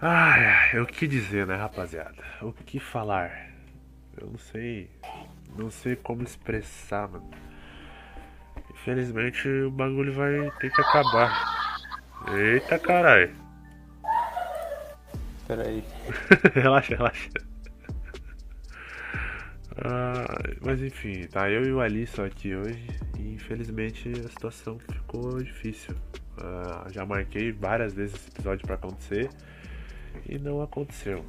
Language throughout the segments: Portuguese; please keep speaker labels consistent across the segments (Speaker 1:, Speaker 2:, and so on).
Speaker 1: Ai, ai, o que dizer, né, rapaziada? O que falar? Eu não sei. Não sei como expressar, mano. Infelizmente o bagulho vai ter que acabar. Eita caralho.
Speaker 2: Pera aí.
Speaker 1: relaxa, relaxa. Ah, mas enfim, tá eu e o Alisson aqui hoje e infelizmente a situação ficou difícil. Ah, já marquei várias vezes esse episódio pra acontecer e não aconteceu.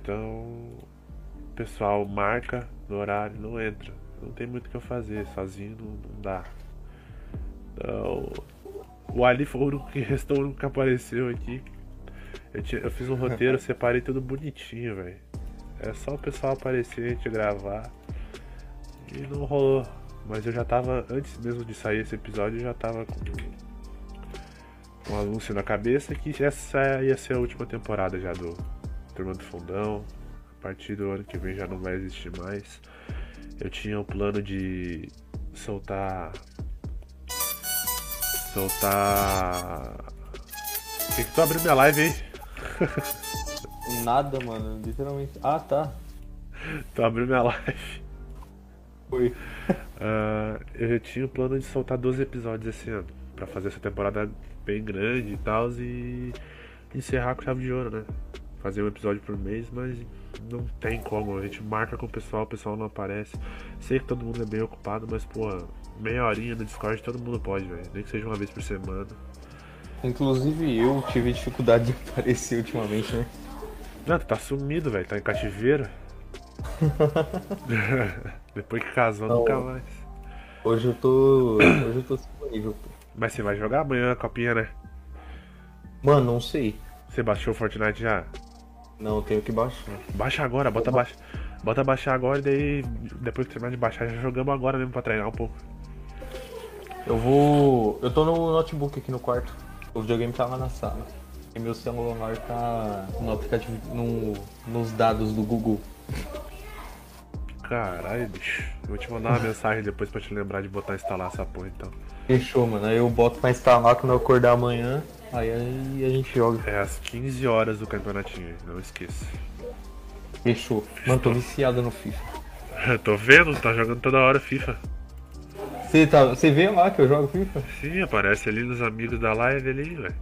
Speaker 1: Então, o pessoal marca no horário, não entra. Não tem muito o que eu fazer, sozinho não, não dá. Então, o Ali foi o único que restou, o único que apareceu aqui. Eu, tinha- eu fiz um roteiro, separei tudo bonitinho, velho. É só o pessoal aparecer, a gente gravar. E não rolou. Mas eu já tava, antes mesmo de sair esse episódio, eu já tava com um anúncio na cabeça que essa ia ser a última temporada já do Turma do Fundão. A partir do ano que vem já não vai existir mais. Eu tinha o plano de soltar. Soltar. Por que que tu abriu minha live aí?
Speaker 2: Nada, mano. Literalmente. Ah, tá.
Speaker 1: Tu abriu minha live.
Speaker 2: Foi.
Speaker 1: Ah, eu já tinha o plano de soltar 12 episódios esse ano. Pra fazer essa temporada bem grande e tal. E encerrar com chave de ouro, né? Fazer um episódio por mês, mas não tem como. A gente marca com o pessoal, o pessoal não aparece. Sei que todo mundo é bem ocupado, mas, porra, meia horinha no Discord todo mundo pode, velho. Nem que seja uma vez por semana.
Speaker 2: Inclusive eu tive dificuldade de aparecer ultimamente, né?
Speaker 1: Não, tu tá sumido, velho. Tá em cativeiro. Depois que casou,
Speaker 2: Não.
Speaker 1: nunca mais.
Speaker 2: Hoje eu tô. Hoje eu tô disponível, pô.
Speaker 1: Mas você vai jogar amanhã a copinha, né?
Speaker 2: Mano, não sei.
Speaker 1: Você baixou o Fortnite já?
Speaker 2: Não, eu tenho que baixar.
Speaker 1: Baixa agora, bota baixar. Bota baixar agora e daí, depois que terminar de baixar, já jogamos agora mesmo pra treinar um pouco.
Speaker 2: Eu vou. Eu tô no notebook aqui no quarto. O videogame tá lá na sala. E meu celular tá no aplicativo. No, nos dados do Google.
Speaker 1: Caralho, bicho. Eu vou te mandar uma mensagem depois pra te lembrar de botar instalar essa porra então.
Speaker 2: Fechou, mano. Aí eu boto pra instalar quando eu acordar amanhã. Aí, aí a gente joga.
Speaker 1: É às 15 horas do campeonatinho, não esqueça.
Speaker 2: Fechou. Mano, tô viciado no FIFA.
Speaker 1: Eu tô vendo, tá jogando toda hora FIFA.
Speaker 2: Você tá, você vê lá que eu jogo FIFA?
Speaker 1: Sim, aparece ali nos amigos da live ali, velho.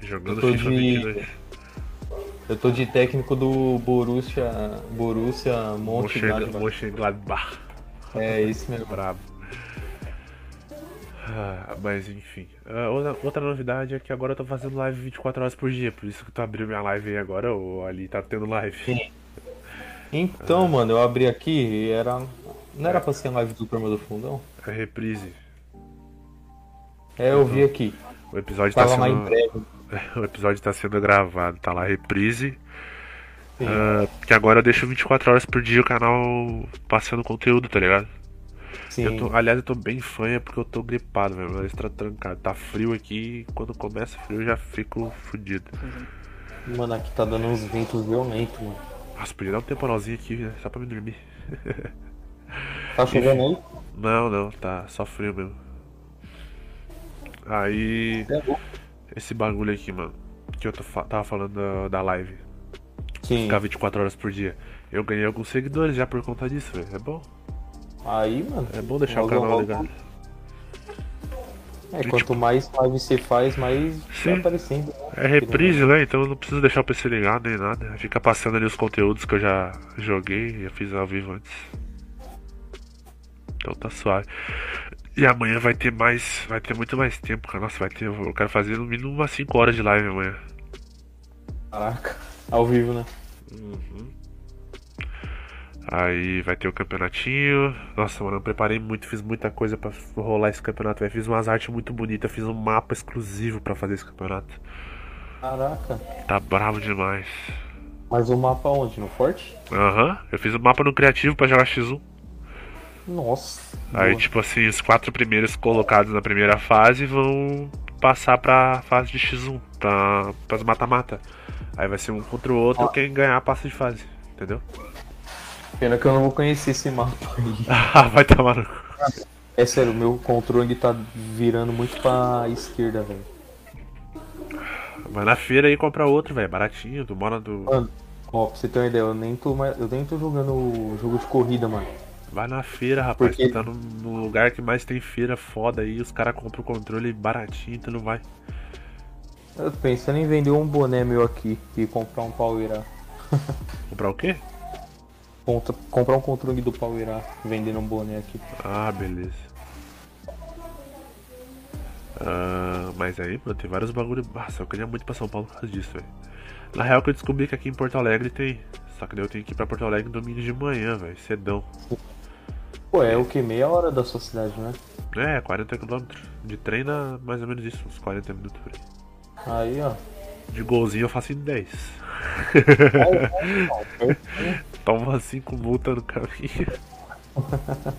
Speaker 1: Jogando
Speaker 2: Eu tô
Speaker 1: FIFA
Speaker 2: de-
Speaker 1: 22.
Speaker 2: Eu tô de técnico do Borussia. Borussia Mönchengladbach.
Speaker 1: Mönchengladbach.
Speaker 2: É isso mesmo.
Speaker 1: Brabo. Ah, mas enfim. Ah, outra, outra novidade é que agora eu tô fazendo live 24 horas por dia, por isso que tu abriu minha live aí agora, ou ali tá tendo live.
Speaker 2: Sim. Então, mano, eu abri aqui e era. Não era pra ser live do Turma do Fundão?
Speaker 1: É reprise.
Speaker 2: É, eu vi aqui.
Speaker 1: O episódio tá
Speaker 2: Tava lá em
Speaker 1: sendo.
Speaker 2: breve.
Speaker 1: O episódio tá sendo gravado, tá lá reprise.
Speaker 2: Sim.
Speaker 1: Ah, que agora eu deixo 24 horas por dia o canal passando conteúdo, tá ligado? Eu
Speaker 2: Sim.
Speaker 1: tô- aliás, eu tô bem fanha porque eu tô gripado, velho. Meu nariz tá trancado. Tá frio aqui e quando começa frio eu já fico fudido.
Speaker 2: Mano, aqui tá dando uns ventos violentos, mano.
Speaker 1: Nossa, podia dar um temporalzinho aqui, né? Só pra me dormir.
Speaker 2: Tá chovendo aí?
Speaker 1: Não, não, tá só frio mesmo. Aí,
Speaker 2: É bom.
Speaker 1: esse bagulho aqui, mano, que eu tô fa- tava falando da, da live,
Speaker 2: Sim.
Speaker 1: ficar 24 horas por dia. Eu ganhei alguns seguidores já por conta disso, velho. É bom?
Speaker 2: Aí, mano.
Speaker 1: É bom deixar o
Speaker 2: logo,
Speaker 1: canal
Speaker 2: logo-
Speaker 1: ligado.
Speaker 2: É, quanto mais live você faz, mais
Speaker 1: Sim.
Speaker 2: vai aparecendo. né?
Speaker 1: É reprise, né? Então eu não preciso deixar o PC ligado nem nada. Fica passando ali os conteúdos que eu já joguei, já fiz ao vivo antes. Então tá suave. E amanhã vai ter mais. Vai ter muito mais tempo, cara. Nossa, vai ter. Eu quero fazer no mínimo umas 5 horas de live amanhã.
Speaker 2: Caraca. Ao vivo, né?
Speaker 1: Aí vai ter o campeonatinho. Nossa, mano, eu preparei muito, fiz muita coisa pra rolar esse campeonato. velho. Fiz umas artes muito bonitas, fiz um mapa exclusivo pra fazer esse campeonato.
Speaker 2: Caraca.
Speaker 1: Tá bravo demais.
Speaker 2: Mas o mapa onde? No Forte?
Speaker 1: Aham, eu fiz o mapa no criativo pra jogar X1.
Speaker 2: Nossa.
Speaker 1: Aí,
Speaker 2: boa.
Speaker 1: tipo assim, os quatro primeiros colocados na primeira fase vão passar pra fase de X1, pra, pras mata-mata. Aí vai ser um contra o outro, quem ganhar passa de fase, entendeu?
Speaker 2: Pena que eu não vou conhecer esse mapa aí.
Speaker 1: Ah, vai tomar no cu.
Speaker 2: É sério, meu controle tá virando muito pra esquerda, velho.
Speaker 1: Vai na feira aí comprar outro, velho. Baratinho, do mora do.
Speaker 2: Mano, ó, pra você ter uma ideia, eu nem tô, mais- eu nem tô jogando o jogo de corrida, mano.
Speaker 1: Vai na feira, rapaz.
Speaker 2: Porque-
Speaker 1: Tu tá no, no lugar que mais tem feira foda aí, os caras compram o controle baratinho, tu não vai.
Speaker 2: Eu tô pensando em vender um boné meu aqui e comprar um Power Up.
Speaker 1: Comprar o quê?
Speaker 2: Contra- comprar um controle do Power Up, vendendo um boné aqui.
Speaker 1: Ah, beleza. Ah, mas aí, mano, tem vários bagulho. Nossa, eu queria muito ir pra São Paulo por causa disso, velho. Na real que eu descobri que aqui em Porto Alegre tem. Só que daí eu tenho que ir pra Porto Alegre domingo de manhã, velho. Cedão.
Speaker 2: Pô, é o que? Meia hora da sua cidade, né?
Speaker 1: É, 40 km. De trem dá mais ou menos isso, uns 40 minutos por aí.
Speaker 2: Aí, ó.
Speaker 1: De golzinho eu faço em 10. Toma 5 multas assim no caminho.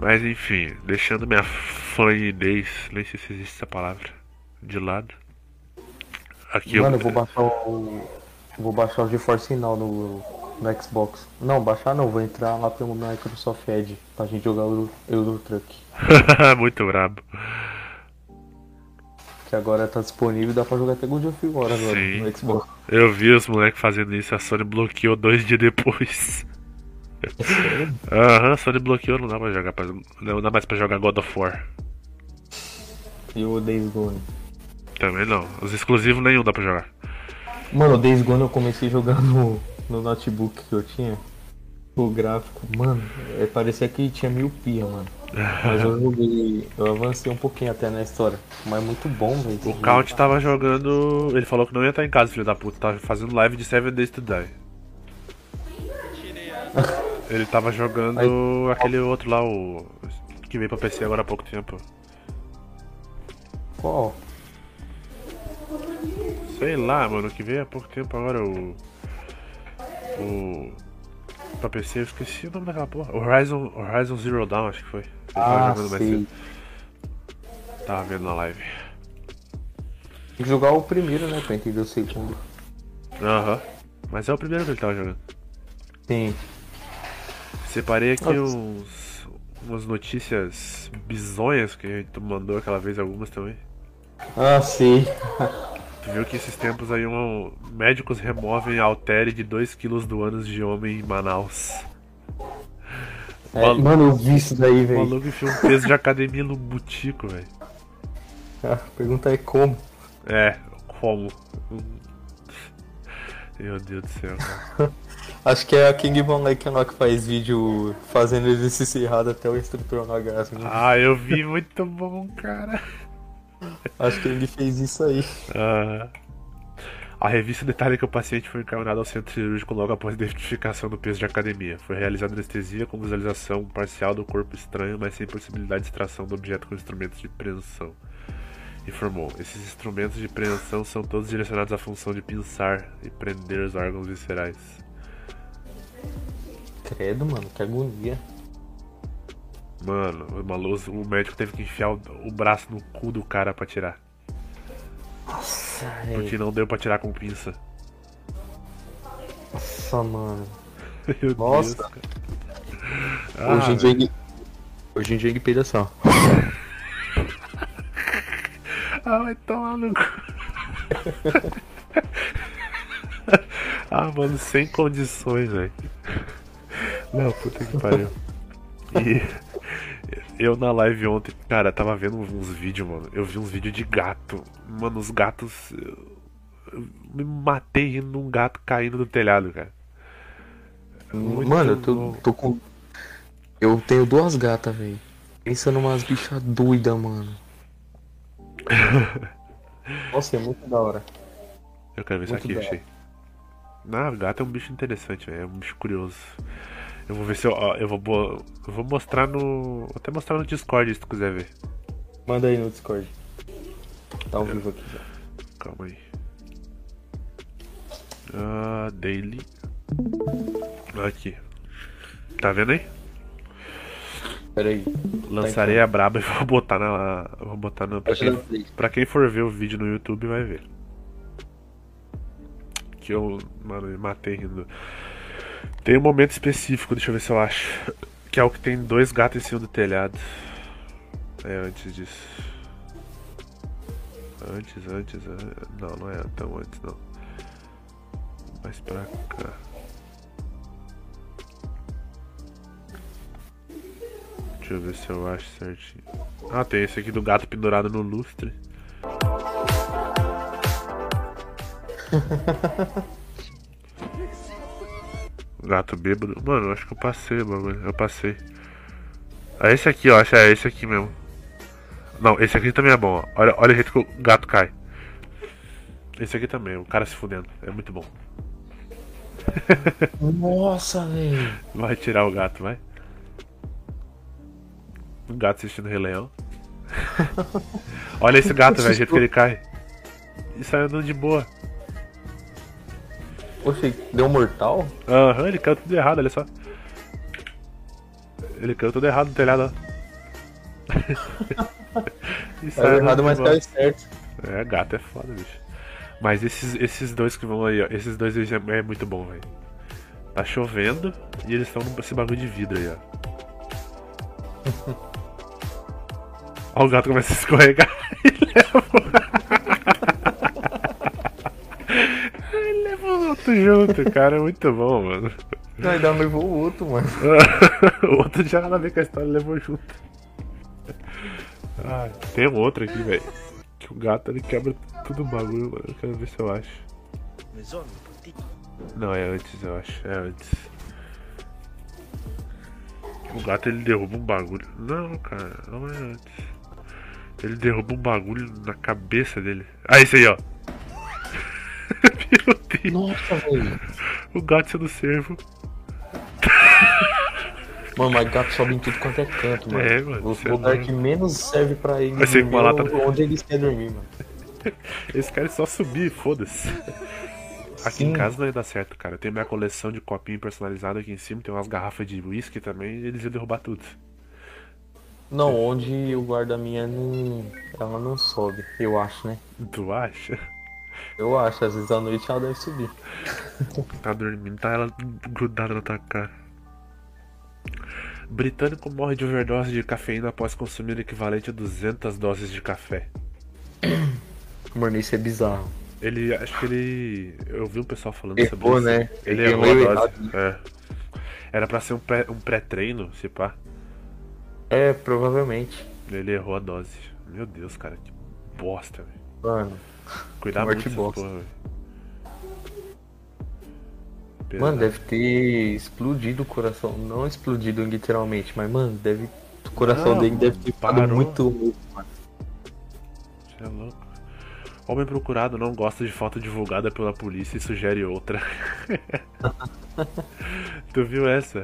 Speaker 1: Mas enfim, deixando minha fanidez, nem sei se existe essa palavra, de lado. Aqui
Speaker 2: Mano, eu
Speaker 1: eu.
Speaker 2: vou baixar o. Vou baixar o GeForce Now no, no Xbox. Não, baixar não, vou entrar lá pelo meu Microsoft Edge pra gente jogar o Euro Truck.
Speaker 1: Muito brabo.
Speaker 2: Que agora tá disponível, dá pra jogar até God of War agora
Speaker 1: Sim.
Speaker 2: no Xbox.
Speaker 1: Eu vi os moleques fazendo isso, a Sony bloqueou dois dias depois. Aham, a Sony bloqueou, não dá pra jogar pra, não dá mais pra jogar God of War.
Speaker 2: E o Days Gone.
Speaker 1: Também não. Os exclusivos nenhum dá pra jogar.
Speaker 2: Mano, o Days Gone eu comecei jogando no, no notebook que eu tinha. O gráfico, mano, é, parecia que tinha miopia, mano. Mas eu joguei, eu avancei um pouquinho até na história. Mas é muito bom, velho. esse
Speaker 1: O
Speaker 2: jogo.
Speaker 1: Count tava jogando. Ele falou que não ia estar em casa, filho da puta. Tava fazendo live de Seven Days to Die. Ele tava jogando aquele outro lá, o. Que veio pra PC agora há pouco tempo.
Speaker 2: Qual?
Speaker 1: Sei lá, mano, que veio há pouco tempo agora o. O. Pra PC, eu esqueci o nome daquela porra. Horizon, Horizon Zero Dawn, acho que foi. Ele
Speaker 2: Ah,
Speaker 1: mais
Speaker 2: sei.
Speaker 1: cedo. Tava vendo na live.
Speaker 2: Tem que jogar o primeiro, né, pra entender o segundo.
Speaker 1: Aham. Mas é o primeiro que ele tava jogando.
Speaker 2: Sim.
Speaker 1: Separei aqui
Speaker 2: Nossa.
Speaker 1: uns, umas notícias bizonhas que tu mandou aquela vez, algumas também.
Speaker 2: Ah, sei.
Speaker 1: Tu viu que esses tempos aí um, médicos removem altere de 2kg do ânus de homem em Manaus.
Speaker 2: É,
Speaker 1: Malu-
Speaker 2: mano, eu vi isso daí,
Speaker 1: O
Speaker 2: velho.
Speaker 1: maluco enfiou um peso de academia no butico, velho.
Speaker 2: A pergunta é como.
Speaker 1: É, como? Hum. Meu Deus do céu, cara.
Speaker 2: Acho que é a King Von Lekenó que faz vídeo fazendo exercício errado até o instrutor né? no orgasmo.
Speaker 1: Ah, eu vi, muito bom, cara.
Speaker 2: Acho que ele fez isso aí.
Speaker 1: Ah. A revista detalha que o paciente foi encaminhado ao centro cirúrgico logo após a identificação do peso de academia. Foi realizada anestesia com visualização parcial do corpo estranho, mas sem possibilidade de extração do objeto com instrumentos de preensão. Informou: esses instrumentos de preensão são todos direcionados à função de pinçar e prender os órgãos viscerais.
Speaker 2: Credo, mano, que agonia.
Speaker 1: Mano, o maluco- o médico teve que enfiar o, o braço no cu do cara pra tirar.
Speaker 2: Nossa,
Speaker 1: Porque não deu pra tirar com pinça.
Speaker 2: Nossa, mano.
Speaker 1: Meu
Speaker 2: Nossa.
Speaker 1: Deus, cara. Ah,
Speaker 2: Hoje em dia ele. Hoje em dia ele peida só.
Speaker 1: Ah, vai tomar no cu. ah, mano, sem condições, velho. Não, puta que pariu. E eu na live ontem, cara, tava vendo uns vídeos, mano. Eu vi uns vídeos de gato. Mano, os gatos. Eu eu me matei rindo de um gato caindo do telhado, cara. Muito
Speaker 2: mano, eu tô,
Speaker 1: louco.
Speaker 2: tô com. Eu tenho duas gatas, velho. Pensa numas bichas doidas, mano. Nossa, é muito da hora.
Speaker 1: Eu quero ver isso
Speaker 2: Muito
Speaker 1: aqui,
Speaker 2: da
Speaker 1: achei. Ah, gato é um bicho interessante, velho. É um bicho curioso. Eu vou ver se eu. ó, eu, vou, bo- eu vou mostrar no. Vou até mostrar no Discord se tu quiser ver.
Speaker 2: Manda aí no Discord. Tá ao vivo aqui já.
Speaker 1: Calma aí. Ah, daily. Aqui. Tá vendo aí?
Speaker 2: Pera aí.
Speaker 1: Lançarei a braba e vou botar na. Vou botar no. Pra
Speaker 2: Pode
Speaker 1: quem,
Speaker 2: dar play.
Speaker 1: pra quem for ver o vídeo no YouTube vai ver. Que eu. Mano, me matei rindo. Tem um momento específico, deixa eu ver se eu acho. Que é o que tem dois gatos em cima do telhado. É antes disso. Antes, antes, an- não, não é tão antes não. Mais pra cá. Deixa eu ver se eu acho certinho. Ah, tem esse aqui do gato pendurado no lustre. Gato bêbado. Mano, eu acho que eu passei o bagulho. Eu passei. É esse aqui, ó. Acho que é esse aqui mesmo. Não, esse aqui também é bom, ó. Olha, olha o jeito que o gato cai. Esse aqui também, o cara se fudendo. É muito bom.
Speaker 2: Nossa, velho.
Speaker 1: Vai tirar o gato, vai. O gato assistindo Rei Leão. Olha esse gato, velho, o jeito que ele cai. E sai andando de boa.
Speaker 2: Oxe, deu mortal?
Speaker 1: Aham, ele caiu tudo errado, olha só. Ele caiu tudo errado no telhado, ó. E sai andando de
Speaker 2: Saiu Tá errado, mas
Speaker 1: boa.
Speaker 2: caiu certo.
Speaker 1: É, gato é foda, bicho. Mas esses, esses dois que vão aí, ó. Esses dois eles é, é muito bom, velho. Tá chovendo e eles estão nesse bagulho de vidro aí, ó. ó, o gato começa a escorregar e leva. o- Ele leva o outro junto, cara. É muito bom, mano.
Speaker 2: Vai dar um levou o outro, mano.
Speaker 1: o outro já nada a ver com a história, levou junto. Ai, tem um outro aqui, velho. Que o gato ele quebra tudo o bagulho, mano. Eu quero ver se eu acho. Não, é antes, eu acho. É antes. O gato ele derruba um bagulho. Não, cara, não é antes. Ele derruba um bagulho na cabeça dele. Ah, esse aí, ó. Meu Deus.
Speaker 2: Nossa, velho.
Speaker 1: O gato sendo servo.
Speaker 2: Mano, mas gato sobe em tudo quanto é canto, mano.
Speaker 1: É, mano,
Speaker 2: O
Speaker 1: cê é
Speaker 2: lugar
Speaker 1: doido.
Speaker 2: que menos serve pra ele
Speaker 1: Vai ser com uma
Speaker 2: dormir
Speaker 1: lata-
Speaker 2: é onde eles querem dormir, mano.
Speaker 1: Esse cara é só subir, foda-se. Aqui em
Speaker 2: Sim.
Speaker 1: casa não ia dar certo, cara. Eu tenho minha coleção de copinho personalizado aqui em cima, tem umas garrafas de whisky também, e eles iam derrubar tudo.
Speaker 2: Não, onde eu guardo a minha, não... ela não sobe, eu acho, né?
Speaker 1: Tu acha?
Speaker 2: Eu acho, às vezes à noite ela deve subir.
Speaker 1: Tá dormindo, tá ela grudada na tua cara. Britânico morre de overdose de cafeína após consumir o equivalente a 200 doses de café.
Speaker 2: Mano, isso é bizarro.
Speaker 1: Ele, acho que ele. Eu vi um pessoal falando
Speaker 2: Errou,
Speaker 1: sobre
Speaker 2: né?
Speaker 1: isso. Ele
Speaker 2: Ele
Speaker 1: errou
Speaker 2: errou né?
Speaker 1: a dose.
Speaker 2: errado,
Speaker 1: É. Era pra ser um pré- um pré-treino, se pá.
Speaker 2: É, provavelmente.
Speaker 1: Ele errou a dose. Meu Deus, cara, que bosta, velho.
Speaker 2: Mano,
Speaker 1: Cuidar muito
Speaker 2: Morte
Speaker 1: dessas
Speaker 2: bosta.
Speaker 1: porra, velho.
Speaker 2: mano,
Speaker 1: Pesado.
Speaker 2: deve ter explodido o coração. Não explodido literalmente, mas, mano, deve. O coração
Speaker 1: Não,
Speaker 2: dele
Speaker 1: mano,
Speaker 2: deve ter ficado
Speaker 1: parou.
Speaker 2: muito louco, mano.
Speaker 1: Você é louco. Homem procurado não gosta de foto divulgada pela polícia e sugere outra. tu viu essa?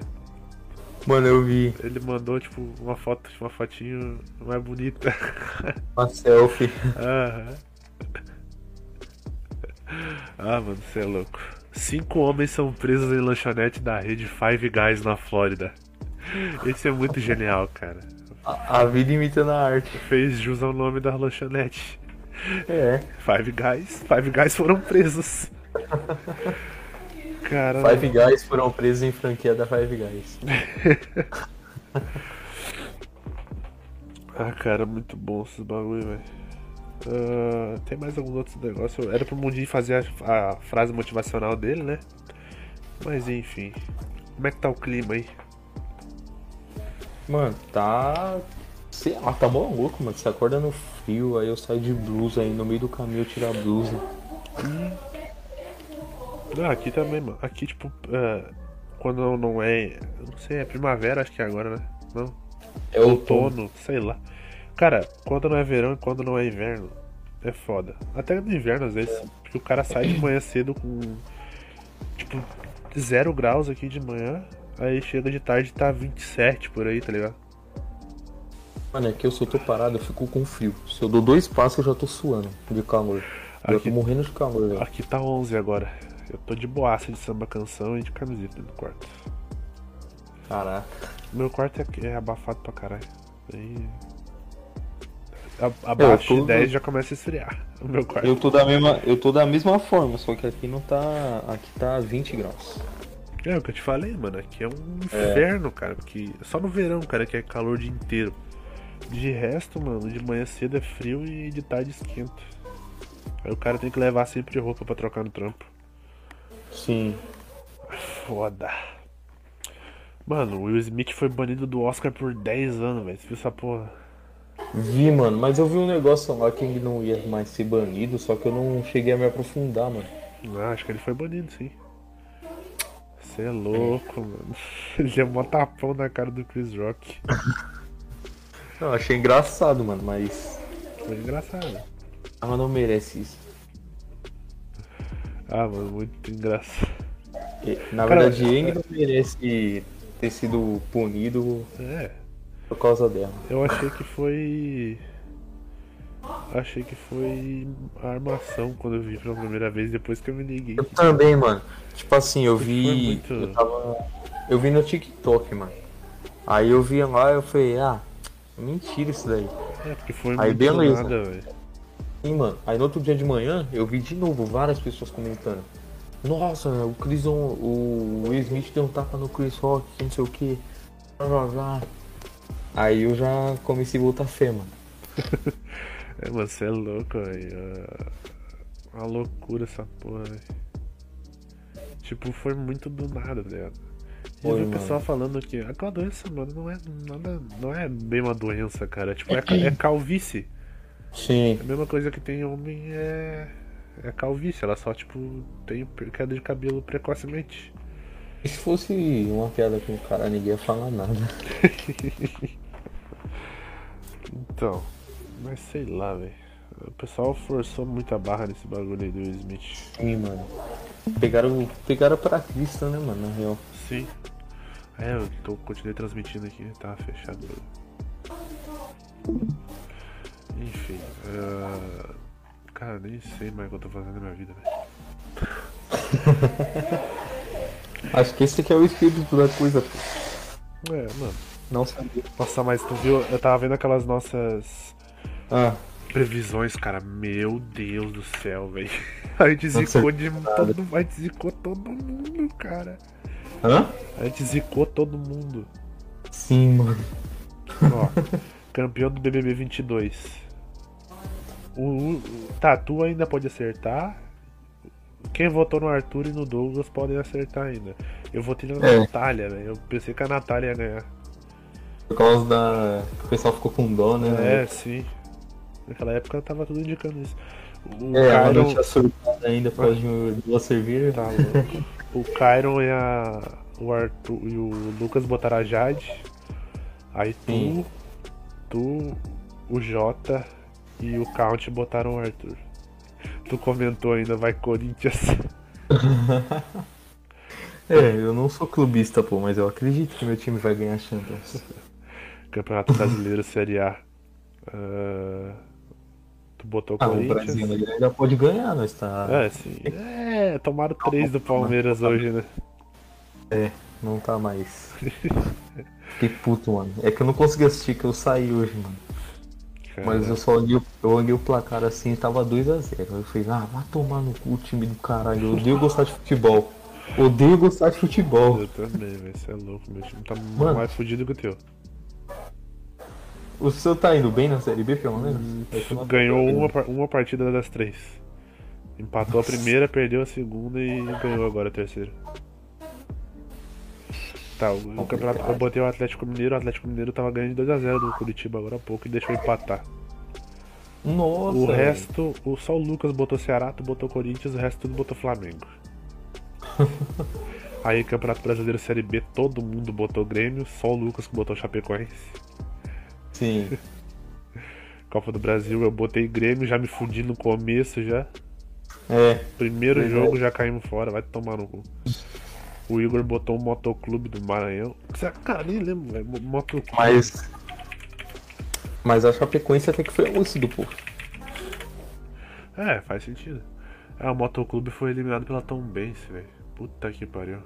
Speaker 2: Mano, eu vi
Speaker 1: Ele mandou, tipo, uma foto, uma fotinho mais bonita.
Speaker 2: uma selfie.
Speaker 1: Aham. Ah, mano, você é louco. Cinco homens são presos em lanchonete da rede Five Guys na Flórida. Esse é muito genial, cara.
Speaker 2: A, a vida imitando a arte.
Speaker 1: Fez jus ao nome da lanchonete.
Speaker 2: É.
Speaker 1: Five Guys. Five Guys foram presos. Cara,
Speaker 2: Five Guys foram presos em franquia da Five Guys.
Speaker 1: ah, cara, muito bom esses bagulho, velho. Ah, tem mais alguns outros negócios. Era pro Mundinho fazer a, a frase motivacional dele, né? Mas enfim. Como é que tá o clima aí?
Speaker 2: Mano, tá. Sei lá, tá mó louco, mano. Você acorda no frio, aí eu saio de blusa, aí no meio do caminho eu tiro a blusa.
Speaker 1: Não, Ah, aqui também, mano. Aqui, tipo, ah, quando não é. eu Não sei, é primavera, acho que é agora, né? Não?
Speaker 2: É outono.
Speaker 1: Outono, sei lá. Cara, quando não é verão e quando não é inverno, é foda. Até no inverno, às vezes, porque o cara sai de manhã cedo com. Tipo, zero graus aqui de manhã. Aí chega de tarde e tá 27 por aí, tá ligado?
Speaker 2: Mano, é que eu se eu tô parado, eu fico com frio. Se eu dou dois passos, eu já tô suando de calor. Eu
Speaker 1: Aqui-
Speaker 2: tô morrendo de calor, velho.
Speaker 1: Aqui tá 11 agora. Eu tô de boaça de samba canção e de camiseta no quarto.
Speaker 2: Caraca.
Speaker 1: Meu quarto é, é abafado pra caralho. Aí. a- abaixo
Speaker 2: tô-
Speaker 1: de 10 já começa a esfriar o meu quarto.
Speaker 2: Eu tô da mesma, eu tô da mesma forma, só que aqui não tá, aqui tá 20 graus.
Speaker 1: É o que eu te falei, mano. Aqui é um inferno, cara. Porque só no verão, cara, que é calor o dia inteiro. De resto, mano, de manhã cedo é frio e de tarde esquenta. Aí o cara tem que levar sempre roupa pra trocar no trampo.
Speaker 2: Sim.
Speaker 1: Foda. Mano, o Will Smith foi banido do Oscar por 10 anos, velho. Você viu essa porra?
Speaker 2: Vi, mano, mas eu vi um negócio lá que ele não ia mais ser banido, só que eu não cheguei a me aprofundar, mano.
Speaker 1: Ah, acho que ele foi banido, sim. Você é louco, mano. Ele deu um tapão na cara do Chris Rock.
Speaker 2: Eu achei engraçado, mano, mas
Speaker 1: Foi engraçado.
Speaker 2: a não merece isso.
Speaker 1: Ah, mano, muito engraçado.
Speaker 2: E, Na
Speaker 1: Cara,
Speaker 2: verdade, ele não merece ter sido punido
Speaker 1: É,
Speaker 2: por causa dela.
Speaker 1: eu achei que foi. Achei que foi armação quando eu vi pela primeira vez, depois que eu me liguei.
Speaker 2: Eu também, mano. Tipo assim, eu
Speaker 1: Foi
Speaker 2: vi.
Speaker 1: muito-
Speaker 2: Eu tava. Eu vi no TikTok, mano. Aí eu vi lá eu falei, ah, mentira isso daí.
Speaker 1: É, porque foi
Speaker 2: Aí
Speaker 1: muito
Speaker 2: beleza.
Speaker 1: nada, velho.
Speaker 2: Sim, mano. Aí no outro dia de manhã eu vi de novo várias pessoas comentando. Nossa, o Chris o Will Smith deu um tapa no Chris Rock, que não sei o que. Blá, blá, blá. Aí eu já comecei a botar fé, mano.
Speaker 1: É, mano, você é louco, velho. É Uma loucura essa porra, velho. Tipo, foi muito do nada, tá ligado? E eu
Speaker 2: Foi,
Speaker 1: vi o
Speaker 2: mano.
Speaker 1: pessoal falando que aquela doença, mano, não é nada. Não é bem uma doença, cara. Tipo, é, ca- é calvície.
Speaker 2: Sim.
Speaker 1: A mesma coisa que tem em homem é. É calvície. Ela só, tipo, tem per- queda de cabelo precocemente.
Speaker 2: E se fosse uma piada com o cara, ninguém ia falar nada.
Speaker 1: Então. Mas sei lá, velho. O pessoal forçou muito a barra nesse bagulho aí do Will Smith.
Speaker 2: Sim, mano. Pegaram, pegaram pra Cristo, né, mano, na real.
Speaker 1: Sim. É, eu tô, continuei transmitindo aqui, tá fechado. Enfim, ah, cara, nem sei mais o que eu tô fazendo na minha vida, velho.
Speaker 2: Acho que esse aqui é o espírito da coisa, pô.
Speaker 1: É, mano.
Speaker 2: Não sabia.
Speaker 1: Nossa, mas tu viu? Eu tava vendo aquelas nossas
Speaker 2: Ah,
Speaker 1: previsões, cara. Meu Deus do céu, velho. A gente
Speaker 2: Nossa,
Speaker 1: zicou de todo, a gente zicou todo mundo, cara.
Speaker 2: hã?
Speaker 1: A gente zicou todo mundo.
Speaker 2: Sim, mano.
Speaker 1: Ó, campeão do BBB 22. O, o Tatu ainda pode acertar. Quem votou no Arthur e no Douglas podem acertar ainda. Eu votei na
Speaker 2: É.
Speaker 1: Natália, velho. Eu pensei que a Natália ia ganhar.
Speaker 2: Por causa da. O pessoal ficou com dó, né?
Speaker 1: É, sim. Naquela época tava tudo indicando isso. O
Speaker 2: É, ela não
Speaker 1: Kyron.
Speaker 2: tinha surtado ainda após um, duas cervejas.
Speaker 1: Tá louco. O Kyron e a. O Arthur e o Lucas botaram a Jade. Aí tu.
Speaker 2: Sim.
Speaker 1: Tu, o Jota e o Count botaram o Arthur. Tu comentou ainda, vai Corinthians.
Speaker 2: É, eu não sou clubista, pô, mas eu acredito que meu time vai ganhar a Champions.
Speaker 1: Campeonato Brasileiro Série A. Ah, tu botou
Speaker 2: Ah, o
Speaker 1: Corinthians?
Speaker 2: Brasil ele ainda pode ganhar, nós tá.
Speaker 1: É, sim. É, tomaram três do Palmeiras hoje, né?
Speaker 2: É, não tá mais. Que puto, mano. É que eu não consegui assistir, que eu saí hoje, mano.
Speaker 1: É
Speaker 2: Mas eu só olhei, o- eu olhei o placar assim e tava 2x0. Eu falei, ah, vai tomar no cu o time do caralho. Eu odeio gostar de futebol. Odeio gostar de futebol.
Speaker 1: Eu também, velho. Você é louco, meu time tá
Speaker 2: Mano.
Speaker 1: mais fudido que o teu.
Speaker 2: O seu tá indo bem na Série B, pelo menos? Vai tomar-
Speaker 1: Hum, Ganhou uma, par- uma partida das três. Empatou a primeira, perdeu a segunda e ganhou agora a terceira. Tá, o, o campeonato eu botei o Atlético Mineiro, o Atlético Mineiro tava ganhando de 2x0 do Curitiba agora há pouco e deixou empatar.
Speaker 2: um. Nossa.
Speaker 1: O
Speaker 2: velho.
Speaker 1: resto, o, só o Lucas botou Ceará, tu botou Corinthians, o resto tudo botou Flamengo. Aí, Campeonato Brasileiro Série B, todo mundo botou Grêmio, só o Lucas que botou Chapecoense.
Speaker 2: Sim.
Speaker 1: Copa do Brasil, eu botei Grêmio, já me fudi no começo já.
Speaker 2: É.
Speaker 1: Primeiro
Speaker 2: Pois
Speaker 1: jogo já caímos fora, vai tomar no cu. O Igor botou um motoclube do Maranhão. é Cara, nem lembro, velho. mo- Motoclube.
Speaker 2: Mas. Mas a Chapecoense até que foi lúcido, pô.
Speaker 1: É, faz sentido. Ah, o motoclube foi eliminado pela Tom Benz, velho. Puta que pariu.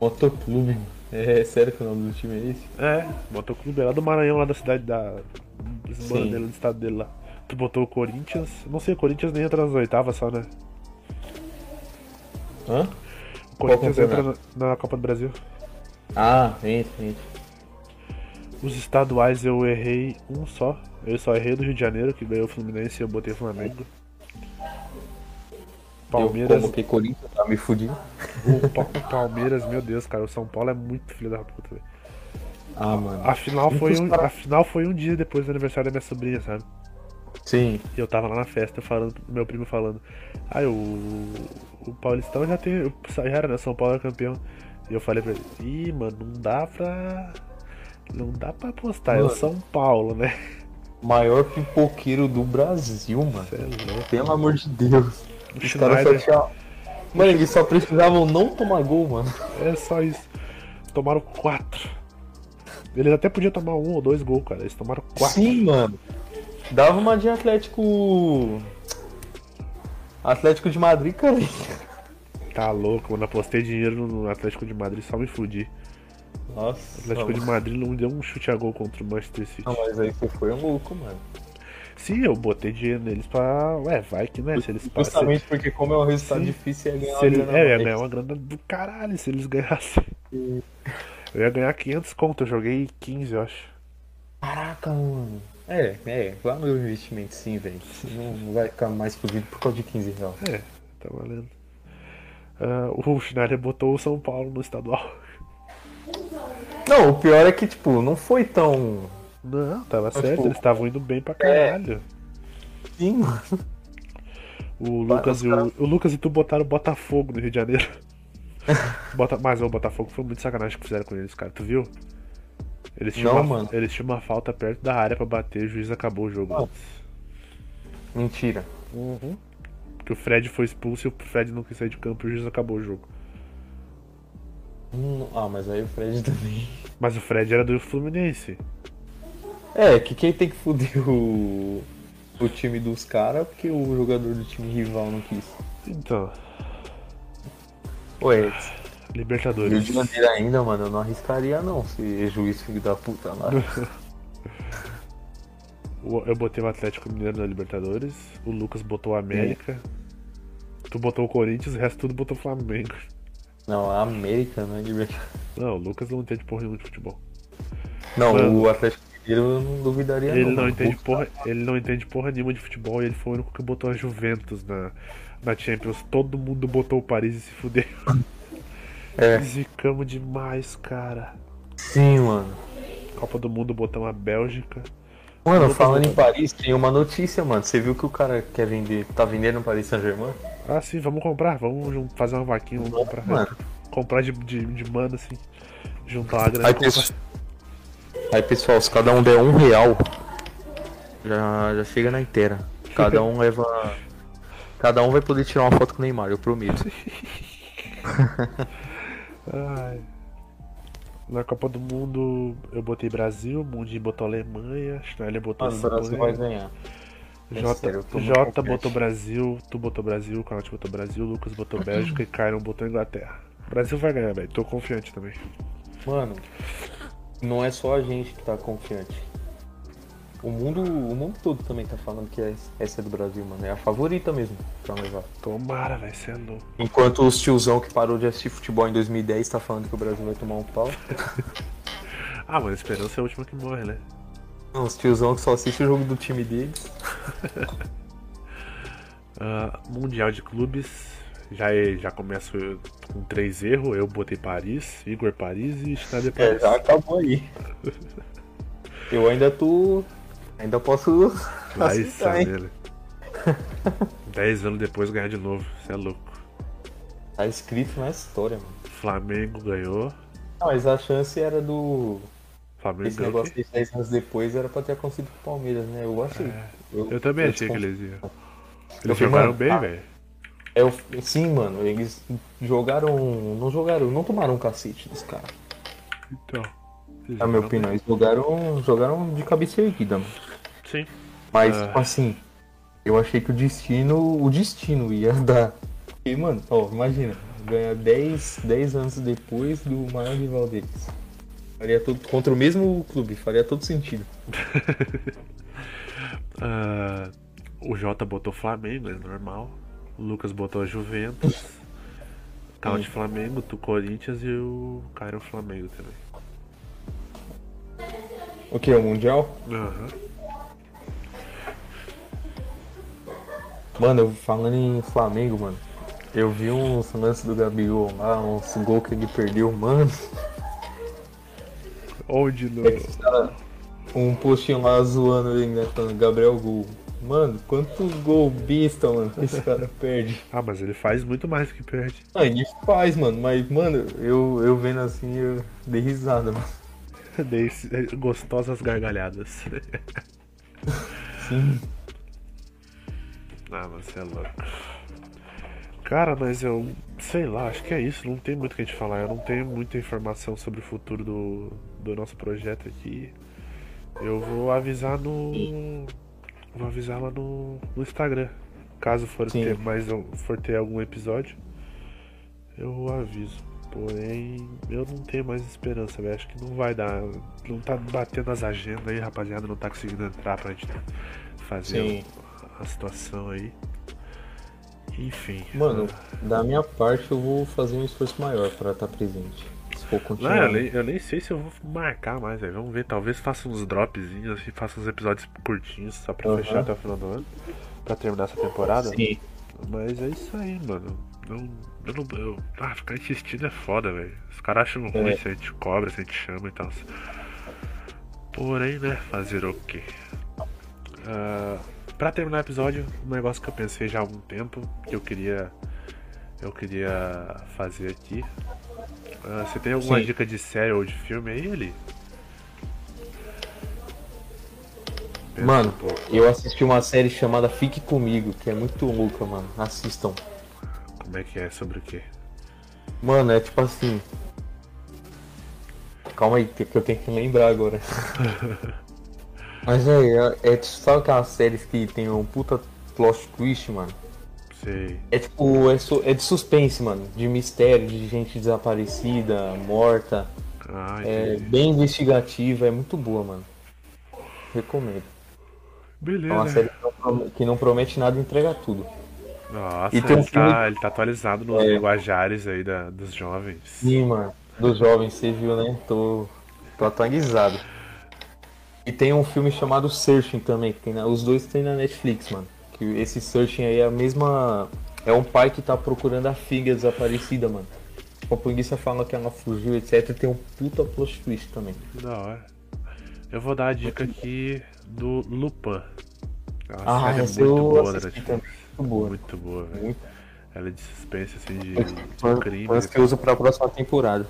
Speaker 2: Motoclube, mano. É sério que o nome do time é esse?
Speaker 1: É, motoclube é lá do Maranhão, lá da cidade da. Dos
Speaker 2: Sim.
Speaker 1: mano dele, do estado dele lá. Tu botou o Corinthians. Não sei, o Corinthians nem entra nas oitavas só, né?
Speaker 2: Hã?
Speaker 1: O Corinthians entra na,
Speaker 2: campeonato?
Speaker 1: na Copa do Brasil.
Speaker 2: Ah, entra, entra.
Speaker 1: Os estaduais eu errei um só. Eu só errei do Rio de Janeiro, que ganhou o Fluminense e eu botei o Flamengo.
Speaker 2: Palmeiras...
Speaker 1: Palmeiras.
Speaker 2: como que Corinthians tá me fudindo.
Speaker 1: O Pa- o Palmeiras, meu Deus, cara, o São Paulo é muito filho da puta, velho.
Speaker 2: Ah, mano.
Speaker 1: A final, foi
Speaker 2: Muitos
Speaker 1: um, a
Speaker 2: caras-
Speaker 1: final foi um dia depois do aniversário da minha sobrinha, sabe?
Speaker 2: Sim.
Speaker 1: E eu tava lá na festa falando, meu primo falando. Aí o, o Paulistão já tem. o- Já era, né? São Paulo era campeão. E eu falei pra ele, ih, mano, não dá pra. Não dá pra apostar, é o
Speaker 2: Mano.
Speaker 1: São Paulo, né?
Speaker 2: Maior pipoqueiro do Brasil, mano.
Speaker 1: Cê é louco.
Speaker 2: Pelo amor de Deus.
Speaker 1: O
Speaker 2: Os caras só
Speaker 1: Schneider-
Speaker 2: tinham. Mano, eles só precisavam não tomar gol, mano.
Speaker 1: É só isso. Tomaram quatro. Eles até podiam tomar um ou dois gols, cara. Eles tomaram quatro.
Speaker 2: Sim, mano. Dava uma de Atlético. Atlético de Madrid, cara.
Speaker 1: Tá louco, mano. Apostei dinheiro no Atlético de Madrid só me fudi.
Speaker 2: Nossa.
Speaker 1: O Atlético de Madrid não deu um chute a gol contra o Manchester City.
Speaker 2: Não, mas aí você foi um louco, mano.
Speaker 1: Sim, eu botei dinheiro neles pra. Ué, vai que né? Se eles passam.
Speaker 2: Justamente porque como é um resultado
Speaker 1: Sim.
Speaker 2: difícil, é ganhar
Speaker 1: Se
Speaker 2: uma
Speaker 1: ele,
Speaker 2: grana
Speaker 1: é, eu ia
Speaker 2: mais.
Speaker 1: ganhar uma grana do caralho se eles ganhassem. Eu ia ganhar 500 conto, eu joguei 15, eu acho.
Speaker 2: Caraca, mano. É, é, valeu o investimento sim, velho. Não não vai ficar mais fudido por causa de 15 reais.
Speaker 1: É, tá valendo. Ah, o Schneider botou o São Paulo no estadual.
Speaker 2: Não, o pior é que, tipo, não foi tão.
Speaker 1: Não, tava
Speaker 2: Mas,
Speaker 1: certo,
Speaker 2: tipo, É.
Speaker 1: eles estavam indo bem pra caralho.
Speaker 2: Sim, mano.
Speaker 1: O, Lucas
Speaker 2: os
Speaker 1: e o,
Speaker 2: caras-
Speaker 1: o Lucas e tu botaram o Botafogo no Rio de Janeiro. Bota, mas o Botafogo foi muito sacanagem que fizeram com eles, cara. Tu viu? Eles tinham,
Speaker 2: Não,
Speaker 1: uma,
Speaker 2: mano.
Speaker 1: eles tinham uma falta perto da área pra bater, o juiz acabou o jogo.
Speaker 2: Não.
Speaker 1: antes.
Speaker 2: Mentira.
Speaker 1: Porque o Fred foi expulso e o Fred não quis sair de campo e o juiz acabou o jogo.
Speaker 2: Hum, ah, mas aí o Fred também.
Speaker 1: Mas o Fred era do Fluminense.
Speaker 2: É, que quem tem que fuder o, o time dos caras é porque o jogador do time rival não quis.
Speaker 1: Então,
Speaker 2: Ué, Rio
Speaker 1: Libertadores.
Speaker 2: de Janeiro ainda, mano, eu não arriscaria não se juiz filho da puta lá.
Speaker 1: O- Eu botei o Atlético Mineiro na Libertadores. O Lucas botou o América.
Speaker 2: É.
Speaker 1: Tu botou o Corinthians, o resto tudo botou o Flamengo.
Speaker 2: Não, a América não é Libertadores.
Speaker 1: Não, o Lucas não entende porra nenhuma de futebol.
Speaker 2: Não,
Speaker 1: Mano.
Speaker 2: o Atlético Mineiro eu não duvidaria
Speaker 1: Ele
Speaker 2: É, não.
Speaker 1: não,
Speaker 2: mano.
Speaker 1: entende porra, ele não entende porra nenhuma de futebol e ele foi o único que botou a Juventus na, na Champions. Todo mundo botou o Paris e se fudeu.
Speaker 2: É.
Speaker 1: Zicamos demais, cara.
Speaker 2: Sim, mano.
Speaker 1: Copa do Mundo botamos a Bélgica.
Speaker 2: Mano,
Speaker 1: Lucas
Speaker 2: falando em
Speaker 1: Moura.
Speaker 2: Paris, tem uma notícia, mano. Você viu que o cara quer vender, tá vendendo o Paris Saint-Germain?
Speaker 1: Ah, sim, vamos comprar, vamos jun- fazer uma vaquinha, vamos comprar.
Speaker 2: Mano.
Speaker 1: Comprar de, de, de mano, assim. Juntar uma grana.
Speaker 2: Aí,
Speaker 1: e comprar.
Speaker 2: pessoal, aí, pessoal, se cada um der um real, já, já chega na inteira. Cada um leva. Cada um vai poder tirar uma foto com o Neymar, eu prometo.
Speaker 1: Ai. Na Copa do Mundo eu botei Brasil, Mundi botou Alemanha, Schneider botou Espanha.
Speaker 2: ganhar.
Speaker 1: Jota,
Speaker 2: Sério, eu tô muito
Speaker 1: Jota
Speaker 2: confiante.
Speaker 1: botou Brasil, tu botou Brasil, Canate botou Brasil, Lucas botou Bélgica e Kyron botou Inglaterra. Brasil vai ganhar, velho. Tô confiante também.
Speaker 2: Mano, não é só a gente que tá confiante. O mundo, o mundo todo também tá falando que é- essa é do Brasil, mano. É a favorita mesmo pra levar.
Speaker 1: Tomara, velho. Você é louco.
Speaker 2: Enquanto os tiozão que parou de assistir futebol em 2010 tá falando que o Brasil vai tomar um pau.
Speaker 1: Ah, mas a esperança é a última que morre, né?
Speaker 2: Não, os tiozão que só assiste o jogo do time deles.
Speaker 1: Ah, mundial de clubes. Já, é- já começo eu- com três erros. Eu botei Paris, Igor Paris e Schneider
Speaker 2: É,
Speaker 1: Paris.
Speaker 2: já acabou aí. Eu ainda tô. Ainda posso.
Speaker 1: Vai
Speaker 2: aceitar, hein?
Speaker 1: saber, né? Dez anos depois ganhar de novo. Você é louco.
Speaker 2: Tá escrito na história, mano.
Speaker 1: Flamengo ganhou.
Speaker 2: Não, mas a chance era do.
Speaker 1: Flamengo
Speaker 2: Esse
Speaker 1: ganhou.
Speaker 2: negócio de 10 anos depois era pra ter acontecido com o Palmeiras, né? Eu achei.
Speaker 1: É. Eu também achei que
Speaker 2: desconfio.
Speaker 1: eles iam. Eles
Speaker 2: falei,
Speaker 1: jogaram
Speaker 2: mano,
Speaker 1: bem,
Speaker 2: tá.
Speaker 1: velho.
Speaker 2: É, o- sim, mano, eles jogaram. Não jogaram, não tomaram um cacete dos caras.
Speaker 1: Então. eles
Speaker 2: Na É minha
Speaker 1: jogaram
Speaker 2: opinião, eles jogaram, jogaram de cabeça erguida, mano.
Speaker 1: Sim.
Speaker 2: Mas,
Speaker 1: Ah.
Speaker 2: tipo assim, eu achei que o destino. O destino ia dar. E, mano, ó, imagina, ganhar 10, 10 anos depois do maior rival deles. Faria todo. Contra o mesmo clube, faria todo sentido.
Speaker 1: Ah, o Jota botou Flamengo, é normal. O Lucas botou a Juventus. Carl de Flamengo, tu Corinthians e o Cairo Flamengo também.
Speaker 2: O que? O Mundial?
Speaker 1: Aham.
Speaker 2: Mano, eu- falando em Flamengo, mano, Eu vi uns lances do Gabriel lá, uns gols que ele perdeu, mano.
Speaker 1: Onde no.
Speaker 2: Esse cara, Um postinho lá zoando ele, né? Falando Gabriel Gol. Mano, quanto gol besta, mano, que esse cara perde.
Speaker 1: Ah, mas ele faz muito mais que perde.
Speaker 2: Ah, ele faz, mano, mas, mano, eu, eu vendo assim, eu dei risada, mano.
Speaker 1: Dei s- gostosas gargalhadas.
Speaker 2: Sim.
Speaker 1: Ah, mas você é louco. Cara, mas eu sei lá, acho que é isso. Não tem muito o que a gente falar. Eu não tenho muita informação sobre o futuro do, do nosso projeto aqui. Eu vou avisar no. Vou avisar lá no, no Instagram. Caso for
Speaker 2: Sim.
Speaker 1: ter mais um- for ter algum episódio, eu aviso. Porém, eu não tenho mais esperança, velho. Acho que não vai dar. Não tá batendo as agendas aí, rapaziada. Não tá conseguindo entrar pra gente fazer
Speaker 2: Sim.
Speaker 1: a situação aí. Enfim.
Speaker 2: Mano,
Speaker 1: É.
Speaker 2: da minha parte eu vou fazer um esforço maior pra estar presente. Se for
Speaker 1: Não, é,
Speaker 2: continuar.
Speaker 1: eu, nem, eu nem sei se eu vou marcar mais, velho. Vamos ver, talvez faça uns dropzinhos, assim, faça uns episódios curtinhos só pra
Speaker 2: Aham.
Speaker 1: fechar até o final do ano. Pra terminar essa temporada.
Speaker 2: Sim.
Speaker 1: Mas é isso aí, mano. Não, eu não. eu- ah, ficar insistindo é foda, velho. Os caras acham ruim
Speaker 2: É.
Speaker 1: se a gente cobra, se a gente chama e tal. Porém, né? Fazer o quê? Ah, pra terminar o episódio, um negócio que eu pensei já há algum tempo, que eu queria. Eu queria fazer aqui. Ah, você tem alguma
Speaker 2: Sim.
Speaker 1: dica de série ou de filme aí, Eli? Pensa
Speaker 2: Mano,
Speaker 1: um pouco.
Speaker 2: eu assisti uma série chamada Fique Comigo, que é muito louca, mano. Assistam.
Speaker 1: Como é que é? Sobre o quê?
Speaker 2: Mano, é tipo assim. Calma aí, que que eu tenho que lembrar agora. Mas é, é, é sabe aquelas séries que tem um puta plot twist, mano?
Speaker 1: Sei.
Speaker 2: É tipo, é, su- é de suspense, mano. De mistério, de gente desaparecida, morta.
Speaker 1: Ah,
Speaker 2: É
Speaker 1: entendi.
Speaker 2: bem investigativa, é muito boa, mano. Recomendo. É
Speaker 1: Beleza.
Speaker 2: uma série que não prom- que não promete nada e entrega tudo.
Speaker 1: Nossa,
Speaker 2: E tem um
Speaker 1: ele, tá,
Speaker 2: filme-
Speaker 1: ele tá atualizado nos
Speaker 2: É. Hum.
Speaker 1: linguajares aí da, dos jovens.
Speaker 2: Sim, mano. Dos jovens, você viu, né? Tô, tô atualizado. E tem um filme chamado Searching também, que tem na- os dois tem na Netflix, mano. Que esse Searching aí é a mesma. É um pai que tá procurando a filha desaparecida, mano. A polícia fala que ela fugiu, etc. E tem um puta plot twist também.
Speaker 1: Da hora. Eu vou dar a dica aqui do Lupin. É uma
Speaker 2: Ah,
Speaker 1: série
Speaker 2: essa
Speaker 1: muito
Speaker 2: eu
Speaker 1: boa, né?
Speaker 2: assisti
Speaker 1: Netflix?
Speaker 2: também. Muito boa.
Speaker 1: Muito boa, velho.
Speaker 2: Muito.
Speaker 1: Ela é de suspense, assim, de, de crime.
Speaker 2: Mas que eu uso pra próxima temporada.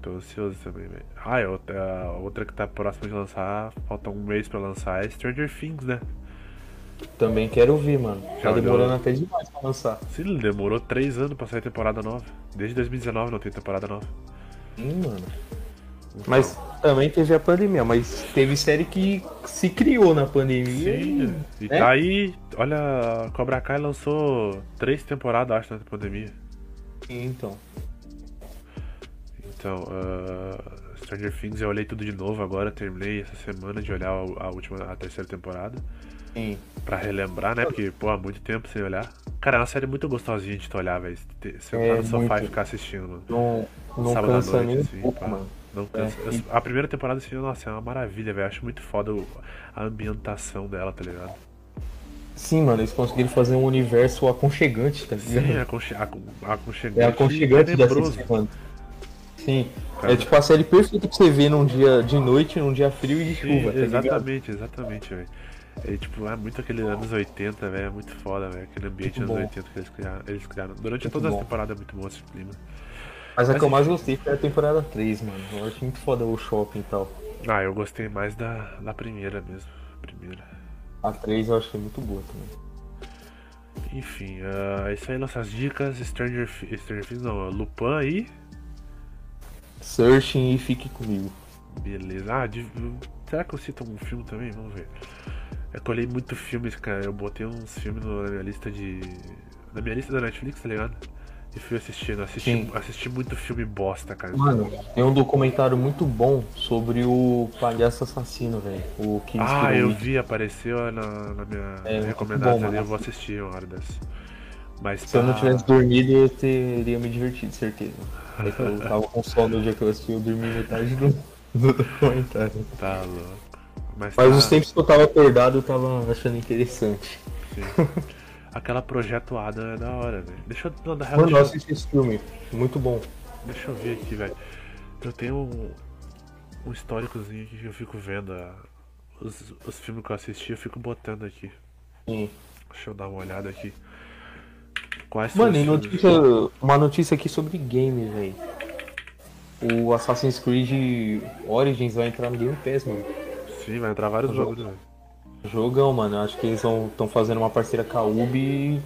Speaker 1: Tô ansioso também, velho. Ah, e outra, a outra que tá próxima de lançar, falta um mês pra lançar, é Stranger Things, né?
Speaker 2: Também quero ver, mano.
Speaker 1: Já
Speaker 2: Tá
Speaker 1: olhou? né?
Speaker 2: demorando até demais pra lançar.
Speaker 1: Se ele demorou três anos pra sair temporada nova. Desde 2019 não tem temporada nova.
Speaker 2: Sim, mano. Mas
Speaker 1: Então.
Speaker 2: também teve a pandemia, mas teve série que se criou na pandemia.
Speaker 1: Sim, e
Speaker 2: né?
Speaker 1: tá aí, olha, a Cobra Kai lançou três temporadas, acho, na pandemia.
Speaker 2: E, então.
Speaker 1: Então, ah, Stranger Things eu olhei tudo de novo agora, terminei essa semana de olhar a a última, a terceira temporada,
Speaker 2: Sim.
Speaker 1: pra relembrar, né, porque, pô, há muito tempo sem olhar. Cara, é uma série muito gostosinha de tu olhar, velho, te- sentar
Speaker 2: É,
Speaker 1: no sofá
Speaker 2: muito.
Speaker 1: e ficar assistindo, mano.
Speaker 2: Não, não
Speaker 1: Sábado à
Speaker 2: cansa
Speaker 1: noite,
Speaker 2: nem um
Speaker 1: assim,
Speaker 2: pouco,
Speaker 1: pá.
Speaker 2: mano.
Speaker 1: Não cansa.
Speaker 2: É,
Speaker 1: Eu- A primeira temporada, assim, nossa, é uma maravilha, velho, acho muito foda o- a ambientação dela, tá ligado?
Speaker 2: Sim, mano, eles conseguiram fazer um universo aconchegante, tá ligado?
Speaker 1: Sim, é aconche- acon- aconchegante
Speaker 2: é aconchegante
Speaker 1: e
Speaker 2: de
Speaker 1: tenebroso.
Speaker 2: assistir, mano. Sim.
Speaker 1: Cara.
Speaker 2: É tipo a série perfeita pra você ver num dia de noite, num dia frio e de
Speaker 1: Sim,
Speaker 2: chuva. tá ligado?
Speaker 1: exatamente, exatamente, velho. É tipo, é muito aquele anos 80, velho. É muito foda, velho. Aquele ambiente
Speaker 2: Muito
Speaker 1: anos
Speaker 2: bom.
Speaker 1: 80 que eles criaram. Eles criaram. Durante
Speaker 2: Muito
Speaker 1: todas as
Speaker 2: bom.
Speaker 1: temporadas é muito bom esse clima.
Speaker 2: Mas a que eu
Speaker 1: Mas-
Speaker 2: mais gostei foi a temporada 3, mano. Eu acho muito foda o shopping e tal.
Speaker 1: Ah, eu gostei mais da, da primeira mesmo. Primeira.
Speaker 2: A 3 eu achei muito boa também.
Speaker 1: Enfim, ah, é isso aí nossas dicas. Stranger, Thi- Stranger Things não, é Lupin aí.
Speaker 2: Searching e fique comigo.
Speaker 1: Beleza. Ah, de- será que eu cito algum filme também? Vamos ver. É Eu colhei muito filmes, cara. Eu botei uns filmes no- na minha lista de. Na minha lista da Netflix, tá ligado? E fui assistindo. Assisti,
Speaker 2: Sim.
Speaker 1: assisti muito filme bosta, cara.
Speaker 2: Mano, tem um documentário muito bom sobre o palhaço assassino, velho. O que
Speaker 1: Ah,
Speaker 2: inspirou
Speaker 1: eu
Speaker 2: o
Speaker 1: vi, apareceu na, na minha
Speaker 2: É, muito
Speaker 1: recomendada
Speaker 2: bom,
Speaker 1: ali,
Speaker 2: mano.
Speaker 1: eu vou assistir uma hora dessa. Mas
Speaker 2: Se eu não
Speaker 1: tá-
Speaker 2: tivesse dormido, eu teria me divertido, certeza. É que eu tava com sono no dia que eu assisti, eu dormi metade do, do documentário.
Speaker 1: Tá louco. Mas,
Speaker 2: Mas
Speaker 1: tá-
Speaker 2: os tempos que eu tava acordado, eu tava achando interessante.
Speaker 1: sim. Aquela projetoada é da hora, velho. Deixa eu. Não, na real,
Speaker 2: Mano, eu
Speaker 1: deixa, Ah, eu-
Speaker 2: assisti esse filme. Muito bom.
Speaker 1: deixa eu ver aqui, velho. Eu tenho um, um históricozinho aqui que eu fico vendo. ah, os, os filmes que eu assisti, eu fico botando aqui.
Speaker 2: Sim.
Speaker 1: Deixa eu dar uma olhada aqui. Quais são
Speaker 2: Mano, e
Speaker 1: os filmes?
Speaker 2: notícia, uma notícia aqui sobre game, velho. O Assassin's Creed Origins vai entrar no Game Pass, mano.
Speaker 1: Sim, vai entrar vários jogos, velho.
Speaker 2: Jogão, mano. Eu Acho que eles estão fazendo uma parceria com a Ubi.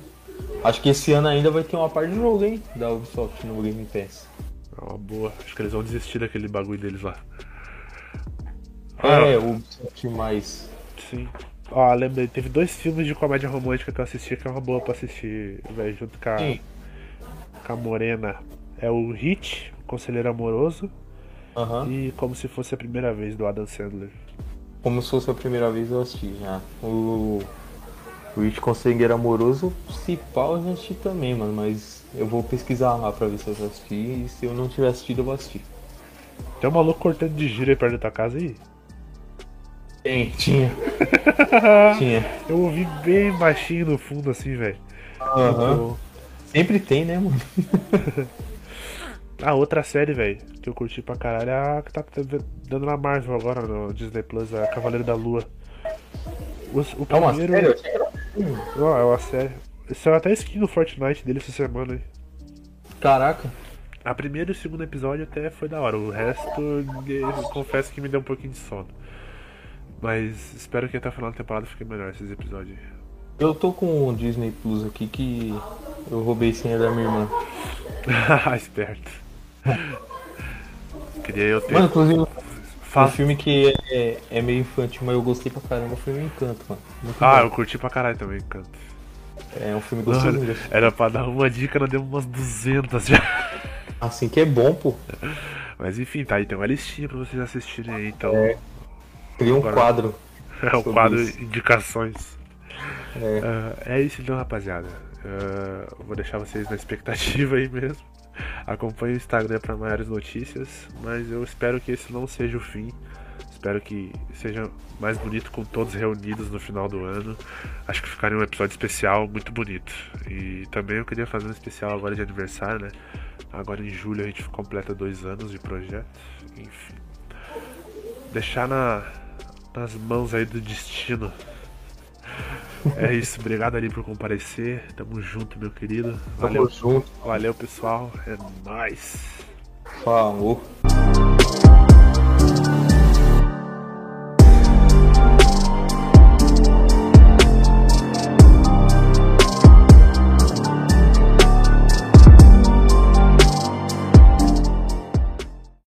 Speaker 2: Acho que esse ano ainda vai ter uma parte de jogo, hein? Da Ubisoft no Game Pass.
Speaker 1: É uma boa. Acho que eles vão desistir daquele bagulho deles lá.
Speaker 2: É,
Speaker 1: Ah,
Speaker 2: Ubisoft mais.
Speaker 1: sim. Ó, lembrei, teve dois filmes de comédia romântica que eu assisti que é uma boa pra assistir, velho, junto com a,
Speaker 2: Sim.
Speaker 1: com a Morena. É o Hit, o Conselheiro Amoroso,
Speaker 2: Aham.
Speaker 1: e Como Se Fosse a Primeira Vez, do Adam Sandler.
Speaker 2: Como se fosse a primeira vez eu assisti já. O. O It Conseguir Amoroso, se pau eu já assisti também, mano. Mas eu vou pesquisar lá pra ver se eu já assisti. E se eu não tiver assistido, eu vou assistir.
Speaker 1: Tem um maluco cortando de giro aí perto da tua casa aí?
Speaker 2: Tem, tinha. tinha.
Speaker 1: Eu ouvi bem baixinho no fundo, assim, velho.
Speaker 2: Aham.
Speaker 1: Eu-
Speaker 2: Sempre tem, né, mano?
Speaker 1: Ah, outra série, velho, que eu curti pra caralho é a que tá dando na Marvel agora no Disney Plus, a Cavaleiro da Lua. Os- o
Speaker 2: É uma
Speaker 1: primeiro...
Speaker 2: série? Eu achei que era-
Speaker 1: Não, é uma série. Saiu até skin no Fortnite dele essa semana, hein?
Speaker 2: Caraca.
Speaker 1: A primeiro e o segundo episódio até foi da hora. O resto, eu confesso que me deu um pouquinho de sono. Mas espero que até o final da temporada fique melhor esses episódios. aí.
Speaker 2: Eu tô com o Disney Plus aqui que eu roubei senha da minha irmã.
Speaker 1: Ah, Esperto. Queria eu ter.
Speaker 2: Mano, inclusive, um
Speaker 1: Fala.
Speaker 2: filme que é, é meio infantil, mas eu gostei pra caramba, foi o Encanto, mano. Muito
Speaker 1: Ah,
Speaker 2: bom.
Speaker 1: eu curti pra caralho também, canto.
Speaker 2: É um filme
Speaker 1: Mano,
Speaker 2: gostosinho. de assistir.
Speaker 1: era pra dar uma dica, nós demos umas 200 já.
Speaker 2: Assim que é bom, pô.
Speaker 1: Mas enfim, tá aí, tem uma listinha pra vocês assistirem aí, então.
Speaker 2: É. Cria um
Speaker 1: Agora-
Speaker 2: quadro.
Speaker 1: É o
Speaker 2: Sobre
Speaker 1: quadro
Speaker 2: isso.
Speaker 1: Indicações.
Speaker 2: É.
Speaker 1: Ah, é isso então, rapaziada. Ah, eu vou deixar vocês na expectativa aí mesmo. Acompanhe o Instagram para maiores notícias, mas eu espero que esse não seja o fim. Espero que seja mais bonito com todos reunidos no final do ano. Acho que ficaria um episódio especial muito bonito. E também eu queria fazer um especial agora de aniversário, né? Agora em julho a gente completa dois anos de projeto. Enfim. Deixar na- nas mãos aí do destino. É isso, obrigado ali por comparecer. Tamo junto, meu querido.
Speaker 2: Tamo
Speaker 1: Valeu,
Speaker 2: junto.
Speaker 1: valeu pessoal. É nóis.
Speaker 2: Falou.